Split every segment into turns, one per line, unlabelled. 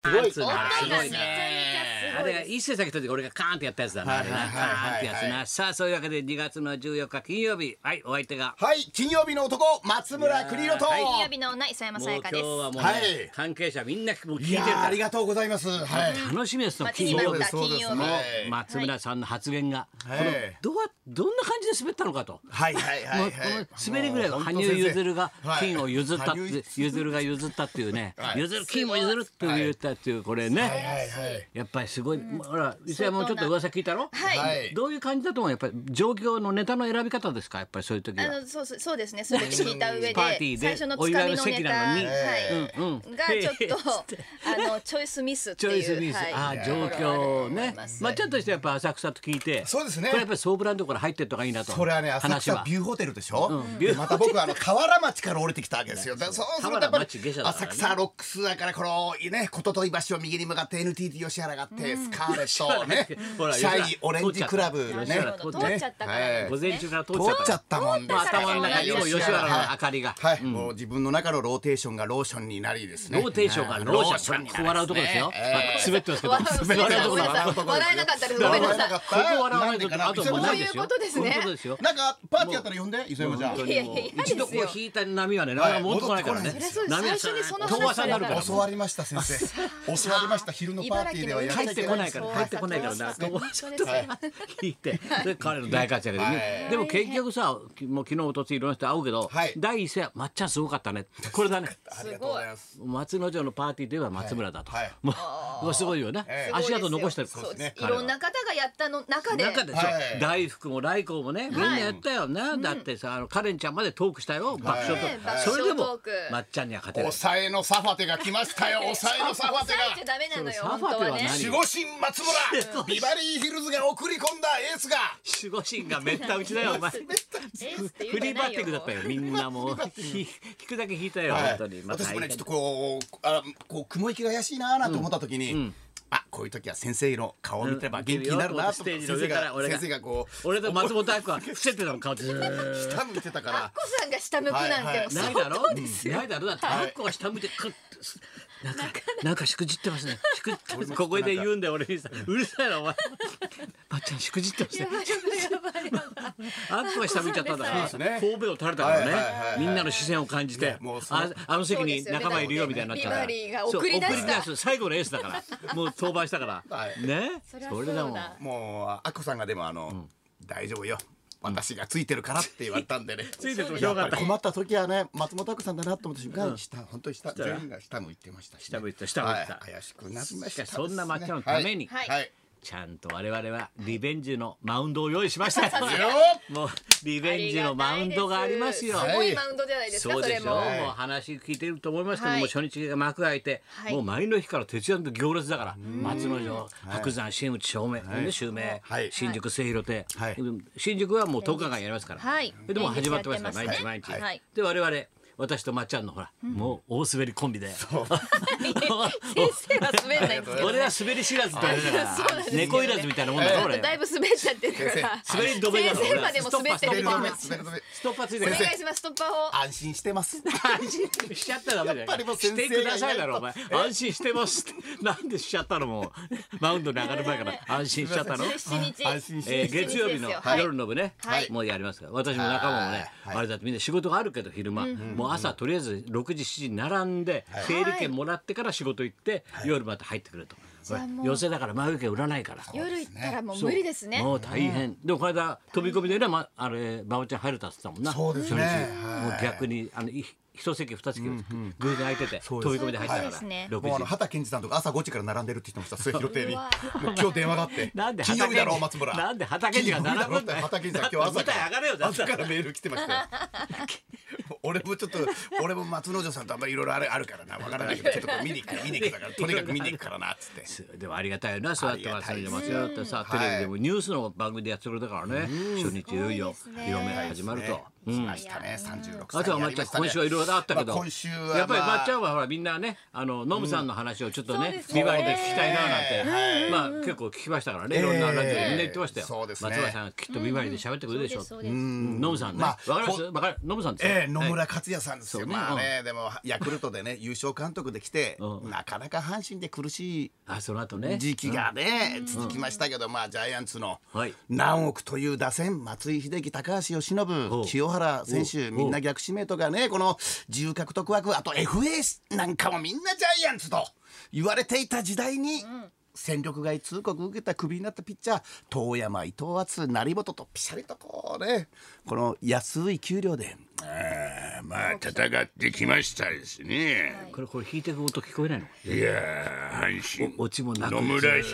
パンツの
あ
話
す
音
ご
が
い
めちゃめち
ね
あ
ゃすご
れ
い
が
です。
一世先取って俺がカーンってやったやつだな、あれな
はいはいはいはい
カーンってやつなさあそういうわけで2月の14日金曜日はいお相手が
はい、金曜日の男、松村邦洋と。
いやー
金
は
曜日のない磯山
も
さ
う
や
今
か
日
です。
はもう、ね
はい
関係者みんなもう聞い
い
てる
や
か
ー、
ら
ありがとうございます。はい。
楽しみですよ
待ちに待
そう
っ
で
た
すそうで
金
す
曜日。
は
はい
の松村さんの発言が、
はい
このどうやどんな感じで滑ったのかと。
はいはいはいはい
もうこの滑りぐらいは
もう
羽生結弦が
本当先生
金を譲ったって、
はい羽生
譲るが譲ったっていうね、
はい
譲る金を譲るって言ったっていうこれね、
はいはい。
やっぱりすごい、ほら磯山もちょっと噂聞いたろ、
い。
はい
どういう感じだと思うやっぱり状況のネタの選び方ですかやっぱりそういう時
あ
は。
のそうそうそうですね。それ聞いた上で
パーティーで
最初のつか
お
みの
祝いの
ネ
席
タ
なのに
はい
うんうん
がちょっ
へー
とあのチョイスミスって
チ
いう
ョイスミス、
はい
あー状況をね、まあちょっとしてやっぱ浅草と聞いて、
そうですね
これやっぱりソーブランドから入ってった方がいいなと。
これはね、浅
話
草
は
ビューホテルでしょ
ん。ビュ
で
ー
また僕はあの河原町から降りてきたわけですよ。でそうするとやっぱ
河原
り
町下車だから
浅
ね
草ロックスだからこのね、こととい橋を右に向かって NTT 吉原があってスカーレットね
ほら、
シャイオレンジクラブね。
吉
な
原
る
通
ほ
っ
ど
ちゃっ
通っちゃったからなん
た。
は
午前中
ですね
から通っ
通
ちゃっ
っち
た
ゃ。ったもんで
通
まあ
っちゃった
頭の中にも吉原の明かりが。
はい、もう自分の中のローテーションがローションになりですね。
ローテーションがローション。ここ笑うとこですよ。
え
まあ滑ってますけど。
笑う
滑って
ごめんな
ます
さい笑えなかったですごめんなさい。
ここ笑わないとあともうないですよ。
そういうことです
そ
ね
ういうことですよ。
なんかパーティーやったら呼んで、磯山ちゃん。
いやいやいや
一度こう引いた波はね、なかなか戻ってこないからね
はい戻ってこないん。
ですよ
波は
最初にその話
遠浅になるから。
教わりました先生。教わりました昼のパーティーではやっち
帰
ゃ
っ
いけ
てこ
な
ないいか
そ
ら
う
帰ってこないからな
そう
と思っちゃって
はい
聞いてで彼の大活躍でね
はい
でも結局さきもう昨日おとついろんな人会うけど
はい
第一声は「まっちゃんすごかったね」これだね
ありがとうございます。
松之丞のパーティーといえば松村だと
はい
もうもうすごいよね
ええ
足跡残してる
そう
ね
いろんな方がやったの中で。
中でしょ
はい
大福も来光もねみんなやったよなだってさあのカレンちゃんまでトークしたよ爆笑
ねえ
と
爆笑
それで
ト
も
ーク
まっちゃんには勝てない
抑えのサファテが来ましたよ。抑えのサファテ
抑えち
が。
ゃダメなのよ
その
本当はね。
サファテは
守護神松村。ビバリーヒルズが送り込んだエースが。
守護神がめった打ちだよお前
エースって言
フ
う
リ
じ
ーバ
ゃな
ッ
い
ティングだったよみんなもうひ引くだけ引いたよ
はい
本当にまあ
私もね
大変
ちょっとこうあこう雲行きが怪しいなーなんて思った時に。あ、こういう時は先生の顔を見てれば元気になるなと
ス
思
テ
っ
ー
て
ジの
先生
上から
が
俺が
先生がこう
俺と松本明子は伏せてたの顔ずーっ
下向いてたか
ア
ら
ッコさんが下向くなんてもう
と
相
ないだろ
当ですよ。
ないだろだって
はい
明子が下向いてクッとすなんかなんかしくじってますねしくじってますここで言うんだよ俺にさうるさいなお前ばっちゃんしくじってますねあんこが下向いちゃったんだか
そうです
ら
ね
神戸を垂れたから
はいはいはいは
ね
い
みんなの視線を感じて
ねもうその
ああの席に仲間いるよみたいになっちゃうから
そうですよねビバリーが送り出した
そうす最後のエースだからもう登板したから
はい
ね
そりゃそうだ
もうあこさんがでもあの、大丈夫よ私がついてるからって言われたんでね
ついててもしょうがなかった
困った時はね松本あこさんだなと思った瞬間、下本当に下全員が下向いてましたし、ね、
下向いてた下向いてた
はい、怪しくなりました
しかしそんな抹茶のために
はい、
は
はい
ちゃんと我々はリベンジのマウンドを用意しましたよ
よ
もうリベンジのマウンドがありますよ
すごいマウンドじゃないですか、
そう
そ
で
れ
しょう
も。
はい
もう話聞いてると思いますけど、
はい
もう初日が幕が開いて、
はい
もう前の日から徹夜の行列だから松之丞白山新内正明、ね襲名、
はい
新宿末広亭、
はい
新宿はもう10日間やりますから、
はい
でもう始まってますから、
連
毎
日
日毎日、
やってますねはい
で我々私とまっちゃんのほら、もう大滑りコンビで
先生は滑んないんですけ ど
俺は滑り知らずって言われたから
あそうなんですよね
猫いらずみたいなもんだろ俺
だいぶ滑っちゃってるから。
滑り止めだろ
先生までも滑ってる
ベ
俺
ル
は
ト
ストッパーストッパ
メ
ー
ベルトメ
ストッパーついて
お
る
願いします、突破を。
安心してます
安心しちゃったらダメだ
やっぱりも
よ。
う
し
先
て
生
くださいだろお
が
前
いない。と
安心してますって。なんでしちゃったのもう。マウンドに上がる前から安心しちゃったの。
17日。
安心して
えー、月曜日の夜の部ね、
はい
もうやりますから私も仲間もね、
はい
あれだってみんな仕事があるけど昼間、もう朝とりあえず6時7時に並んで、整理券もらってから仕事行って、夜また入ってくると、ほら
じゃあもう
寄せだから前受け売らないから
夜行ったらもう無理ですね。
もう大変。でもこの間飛び込みでね、まあれバオちゃん入れたって言ってたもんな。
そうですね
初日
はい
もう逆にあのい一席二席偶然空いてて飛び込みで入った
そう
か
です
ら
ね
六
もうあ
時
の。畑健二さんとか朝5時から並んでるっ て人もした末広亭に
うわ
もう今日電話があって
なんで
金曜日だろう
畑
松村
なんで畑にが並ぶんだよ。
畑健二さん今日朝
舞台上がれよだっ
朝
たら。
からメール来てましたよ 俺もちょっと俺も松之丞さんとあんまりいろいろあれあるからなわからないけどちょっと見に行く見に行くだからとにかく見に行くからなっつって
でもありがたいよなそうやって
ありが
松
たい
井です松井
で
だってさ
う
テ
ん
レビでもニュースの番組でやってくれたからね初日いよいよ
すごいですね
両面始まると。
来ましたね36歳
あとは
や
まっ
り
ちゃ
ま
ん
した
今
ね
週はいろいろだあったけど、
まあ今週はまあ
やっぱりまっちゃんはほらみんなねあのノムさんの話をちょっと
そう
ね
ですね
見栄えで聞きたいな
はい
なんてまあ結構聞きましたからねいろんなラジオで
ええ
みんな言ってましたよ
そうですね
松原さんがきっと見栄えで喋ってくるでしょ
そううですそうです
うんノムさんねわ
まあ
かりますわかるノムさんですよ
ええ野
はい
村克也さんですよ、
そうね
まあね、でもヤクルトでね優勝監督できて、
うん
なかなか阪神で苦しい
あその後ね
時期がね、続きましたけど、まあジャイアンツの
はい
何億という打線松井秀喜高橋由
お
伸
う
清原選手
おう
みんな逆指名とかねこの自由獲得枠あと FA なんかもみんなジャイアンツと言われていた時代に。戦力外通告受けたクビになったピッチャー遠山伊藤敦成本とピシャリとこうねこの安い給料であーまあ戦ってきましたですね。
これこれ弾いていく音聞こえないの
いやー阪神
おオチもなく
野村引く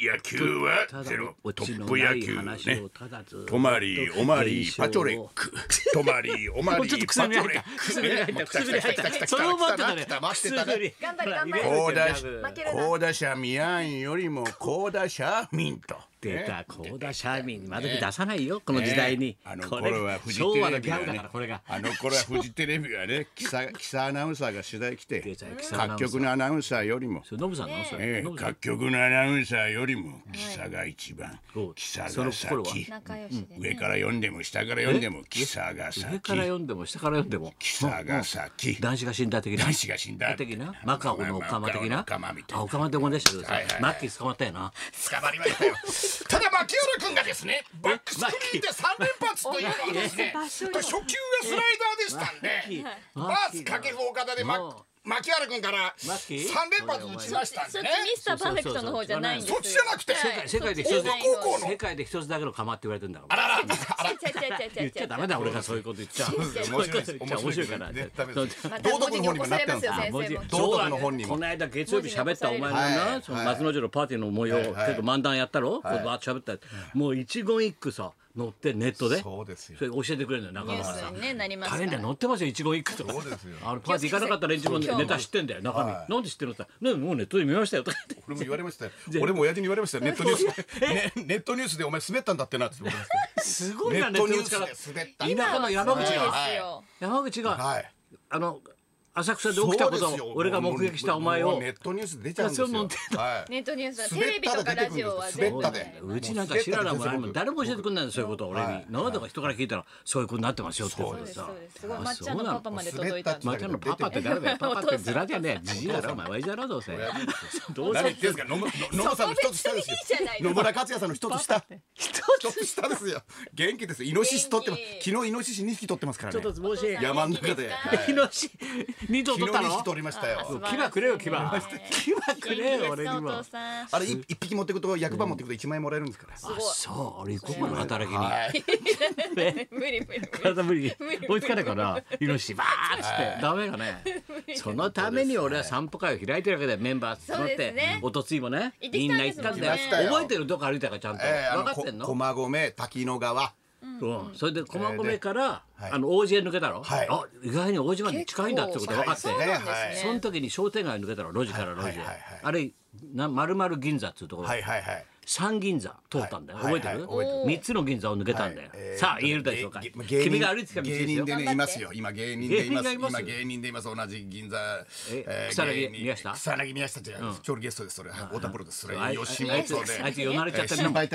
野球は
ただ
ゼロ
オ
ト
チ
ッ
の
プ
な
野
い
球
話
ね
をただずっと
トマリーオマリ
連
ー
勝
パトレックトマリーオマ
もう
リ
ちょっと
ー
くす
パ
ぐり
ト
入った
レッ
くすぐり入った
ク
くすぐり入
来
った
来
それを待ってた
来
ね
た待ってたね
頑張れ頑張れ
好打者
負けるな
好打者ミアンよりも好打者ミンと
出た高田社民まだ出さないよこの時代に
ねあの
これ
頃はフジテレビ
昭和
はね
のギャグだからこれが
あの頃はフジテレビはね記者記者アナウンサーが取材来て
出たよ記者アナウンサ
各
ー
局のアナウンサーよりも
それノブさんなのそれ
え
ノ
え、
ブさん
各局のアナウンサーよりも記者が一番、
そう
記者
そ
が
の心は
先
仲良しで
上
ね。
から読んでも下から読んでも記者が
上から
先
読んでも下から読んでも
記者が先
男子が死んだ的な
男子が死んだ
的なマカオのオカマ的
マ
な
カオのオカマみたいな
あオカマで思い出したけどさ
はいはいはい
マッキー捕まったよな
捕まりまし たよただ牧原君がですねバックスクリーンで3連発というのはですねこれ初球がスライダーでしたんで
マッキー
バース掛布岡田でマッ
も
牧原君から
マッキー
3連発打ちましたん
そ
で
っち
ね
ミスターパーフェクトの方じゃないんです
そっちじゃなくて
世界で一
大
つ
津
だ
高校の
世界で一つだけの釜って言われてんだか
あ
ら
ららあら
ちゃちゃちゃちゃちゃ
言っちゃダメだ俺がそういうこと言っちゃ
そうですよ
そういうこと言っちゃ面白いから
絶対
そう
また文字に起こされますよ先
文
生
字
も
道徳の本にも
この間月曜日喋ったお前のな、
はいはい
その松之丞のパーティーの模様、
はいはい
結構漫談やったろ、こうバーッと喋ったやつもう一言一句さ載ってネットで
そうですよ
それ教えてくれるのよ中
ニュ
野が
ー
さ
スにねなりま
大
すか
変
ら
だよ載ってますよ一言一句とか
そうですよ
あのパーティー行かなかった連中もね
今日
ネタ知ってんだよ中身、
はい
なんで知ってるのって言ったらねもうネットで見ましたよとか言って
俺も言われま したよ。俺も親父に言われましたよ。ネットニュースで、ね、ネットニュースでお前滑ったんだってなって言われましたよ。
すごい
ネ
な
ッ
ネ
ト
ッ
ニ
ト
ュ
の
ー
力
スで滑った。
田舎の山口
そ
が
うですよ
山口が、
はい。
あの浅草で起きたこと
そうですよ
を俺が目撃したお前
も
を
うネットニュース出ちゃうんですよ。
それも出
はい。
ネットニュースは
滑
テ
っ
レビと
た
から
出
ラ
てくる
ジ
ん
オは
です
全
滑
部
ったで。
うちなんか知らないもんあれも誰も教えてくんないのそういうこと俺
は
に
い
何だか人から聞いたらそういうことになってますよって言
そ
っ
うで
て
すそ
さ
うですすごい
あ
抹茶の
そうな
パパまで届い
あ
た
そう
抹
なの
茶のパパって誰だよパパってズラじゃねえじじいだろお前親父だろどうせどう
何言
せ
ってんすか。野村野村さんの一つ下ですよ
そこ別にいいじゃない。の
野村克也さんの一つ下。一つ下ですよ。元気です。イノシシ取ってます
元。気
昨日イノシシ二匹取ってますから
ちょっ
ね
と。ずつ申し訳ない
山の中で。はい
イノシ二頭
昨
取っ
日
た
二
の
匹取りましたよ。
牙くれよ牙牙くれよ俺に
お
も
父さん
あれい一匹持ってくと役場持ってくと一万円もらえるんですから。
あそう俺行こうかな働きに
はい。
無理無理無理
体無理
無理
追いつかないからイノシシバーッつってダメがねそのために俺は散歩会を開いてるわけだよメンバー集まっ
そうで
て
すね
おとついもね
行って
み
き
ん
たん
な
で
行っ
すも
た
ん
ん
ね
だよ
行きましたよ
覚えてるどこ歩いたかちゃんと
ええあ
分
の
かっ
こ
てんの
駒込滝野川。
うんそれで駒込から
えーで
あの大路へ抜けたろ
はい
あ意外に大路まで近いんだってこと分かって
そうなんですね、
はい
その時に商店街抜けたろ路地から路地へ
はいはいはい
あれな丸々銀座っていうところ
はいはいはい。
三銀座通ったんだよ
は
覚
い
えて
はいは
る
い覚
えてる
三つの銀座を抜けたんだよ
はいえー
さあ言えるでしょうか
げ芸人
君が歩いてきた道ですよ
芸人でねいますよ今芸人でいま
芸人が
す
います
今芸人でいます同じ銀座
え
えー
草薙
芸人
宮下
草薙宮下違う今日ゲストですそれ太田プロですそれ
あい
吉
あい
本
つ
で
あいつ呼ばれちゃ
え
っ
ー
てる
心
の
配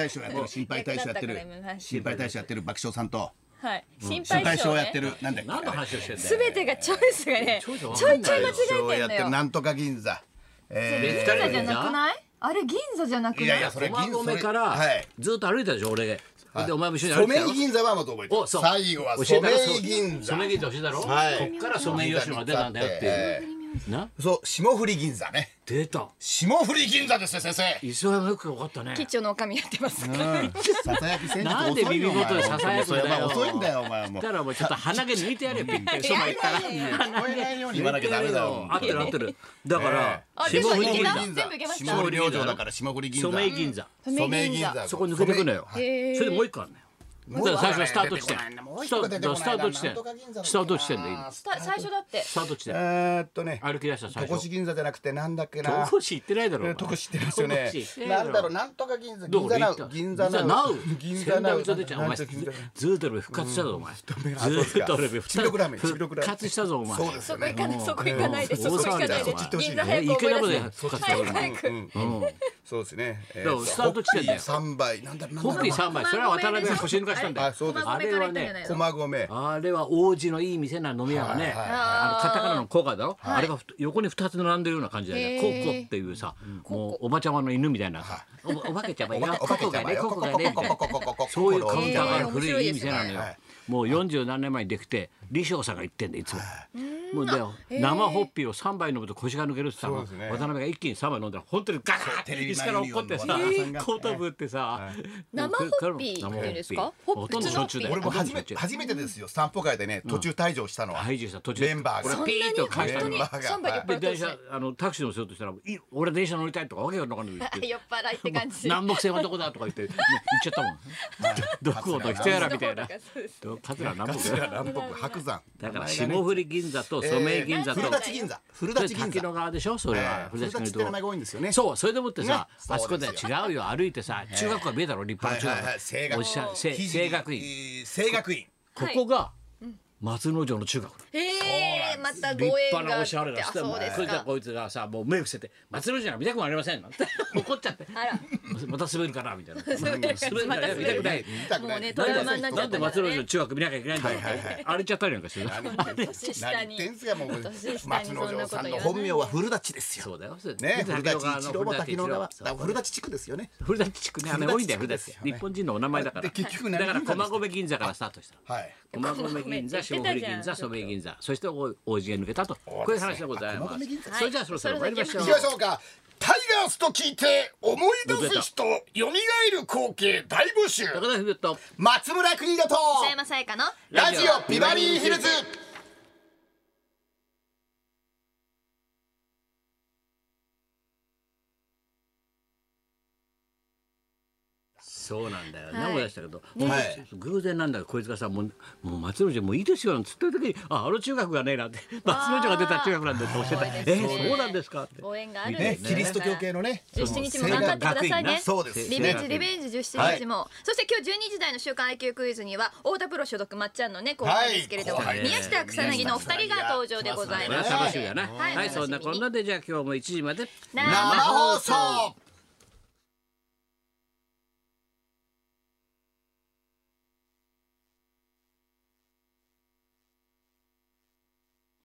対象やってる心配対象やってる
役立ったから
心配対象やってる爆笑さんと
はい心
心
配
配
性
性や
ね
ってるなんだっけ
何の話をしてんだよ
すべてがチョイスがねち
チ
ょ
ョイ
い
ス
ち
が
ょ
わ
い
かんないよ
そうやっててる
間違えんのよ
なんとか銀座え
銀座じゃ
銀座
なくないあれ銀座じゃなくないい
やいやそれ
駒込か
それはい
らずっと歩いたでしょ俺
ー
でお前も一緒に歩
ソ
いて
メ
たよ
イ銀座はまた覚えて
お
る
そう
最後は
教え
ソ
た
メ
ろ
イ銀座
ソメイ銀座教えたろこ
はい
っからソメイ吉野が出たんだよって
え
いう
ー
な
そう霜降り銀座ね
出た
霜降り銀座ですね先生
磯山よく分かったね
キッチョのおかみやってますから
ささやき選手
なん
遅
で
い
耳
よお前
元でささやくんだよ
お前遅いんだよお前も
だ
う
からお前ちょっと鼻毛抜いてやれよピッてそば行ったら
聞こえないように言わなきゃダメだよ
合ってる合ってるだから
あで
霜
も
降り
い
銀
け
座
た全部いけました
霜降り明星だから霜降り銀座
ソメイ銀座
ソメイ銀座
そこ抜けてくのよそれでもう一個あんのよだから最初はスタート地点
もう
ス
一
タ
個
ー
出て
ト
こ
ス
な
タ
い
ー
な
ト地点
なんとか銀座の
スタート地点で今
あー
スタ最初だって
スタート地
え
点
ーっとね
歩き出した最
戸
初
越銀座じゃなくてなんだっけな
戸越行ってないだろお前
戸越ってますよね
戸越
なんだろうなんとか銀座
ど
銀
こで行
座ナ
っ
ウ
た
銀座ナ
ナ
ウ
ウ
銀座ナウ
銀座出ちゃうお前
な
ズ
んとか銀座ナウ
ートル復活したぞお前ズ
あそうですか
ートル復
チルドラメンチルドラメン
復活したぞお前
そうです
そ
よ
こ行
ね
かないそこ行かないで
うん
そこ行かない
大
で
騒ぎだ
よ
銀座
え
早く
行けな
覚
まで
え出す
復活したぞ
早く
お前
早く
うん
そうですねえ
だからスタート地点だよ
三倍なんだなん
コ
だ
ッ
ろ
ピー
う
3枚それは渡辺が腰抜かしたんだよ
あそうです
あれはね
駒込
あれは王子のいい店な飲み屋がね、
はいはい
あのカタカナのコカだろ、あれがふ横に二つ並んでるような感じだよね。
へー
ココっていうさ、もうおばちゃまの犬みたいなさ、おお化けちゃまよ、ココがね、ココがね、みたいなそういうカウンターが古いいい店なのよ
はい。
もう四十何年前にできて、李翔さんが行ってんだよいつも。もうだよ、生ホッピーを三杯飲むと腰が抜けるってさ、
そうですね
渡辺が一気に三杯飲んだら本当にガーって
テレビ
椅子から落っこってさ
前の日本の、
後頭部ってさ、
生ホッピーっていうんですか
生ホッピーほとんどしょっちゅうだよ。
俺も
ほとんどし
初
ょっ
め
ちゅ
て
う
初めてですよ散歩会でね途中退場したのは
排除した途中
メンバー
これ
が
そん
ピ
な
ーッ
に
と
本
返した
当
の
に
メンバーが
三杯酔っ払
で
ってま
電
すね
車あのタクシー乗せようとしたら「い俺電車乗りたい」とかわけが分かんない言って
酔っ払いって感じ
南北線はどこだとか言って、ね、言っちゃったもん毒をと人やらみたいなど桂南北
桂南北白山
だから霜降り銀座とソメイ銀座と、
古立銀座古立銀
滝
座
野川でしょそれは、
ええ古立って名前が多いんですよね
そうそれでもってさ、
ね
あそこで
そうですよ
違うよ歩いてさ中学校が見えたろ立派な中学校、
はいはいはい青学
おっしゃるせ
聖
青学院
清学院
ここが松之丞の中学なの
へえまた
立
ご縁
派
が
な
あ
お
って
しゃれな
あ
人
そうで
そ
す
れで
か
こいつがさもうメイクしてて「松之丞は見たくもありません」なん て怒っちゃって
あら
「また滑るから」みたいな「
滑る
滑るから見たくない」
見たくない
もうねトラウ
なん
マに
で
なっち
な
ゃ
ん
っ
で
た
松之
ね
丞中学見なきゃいけないんだろう荒れちゃったりなんかしてさ
年下
何言
に
ってんすかもう
年下に
松
そ
之
んなこと言
丞
わない
さんの本名は古立ですよ
そうだよそれ
ね古
滝
立
野川の
一郎も滝野川だ
そう
から古立地区ですよね
古舘地区ね、あの多いんだよ、古舘
古舘
地
地
区。
区ね
日本人のお名前だから。
で結局
だ
何
から
銀座
駒込銀座からスタートしたの。
はい
駒込銀座、
駒
霜
込
降り銀座、
言ってたじゃん
ソメイ銀座、そして王王子が抜けたと、こういう話でございま
あ駒込銀座
す。それじゃあそろそろ参りましょう
行き。ましょうかタイガースと聞いて思い出す人蘇る光景大募集
高田文夫と
松村邦洋と
磯山さやかの
ラジオビバリーヒルズ
そうなんだよ、
はい
名古屋でしたけど、
ね
はい
偶然なんだけどこいつがさもうもう松之丞もういいですよなんつってる時に「ああの中学がね」なんて「松之丞が出た中学なんで」って教えた
あ
「
ー
えーそうなんですか」って。
ご縁があるんで
ね
す
キリスト教系のね
17日も頑張ってくださいね
そうです
リ
ね
ベンジリベンジ17日も、そして今日12時台の週刊 IQ クイズには太田プロ所属まっちゃんのねコーナーですけれども、
はい
宮下草薙のお二人が登場でござい
これは
ます
楽しみだな。
はい
はい、そんなこんなでじゃあ今日も1時まで
生
生放送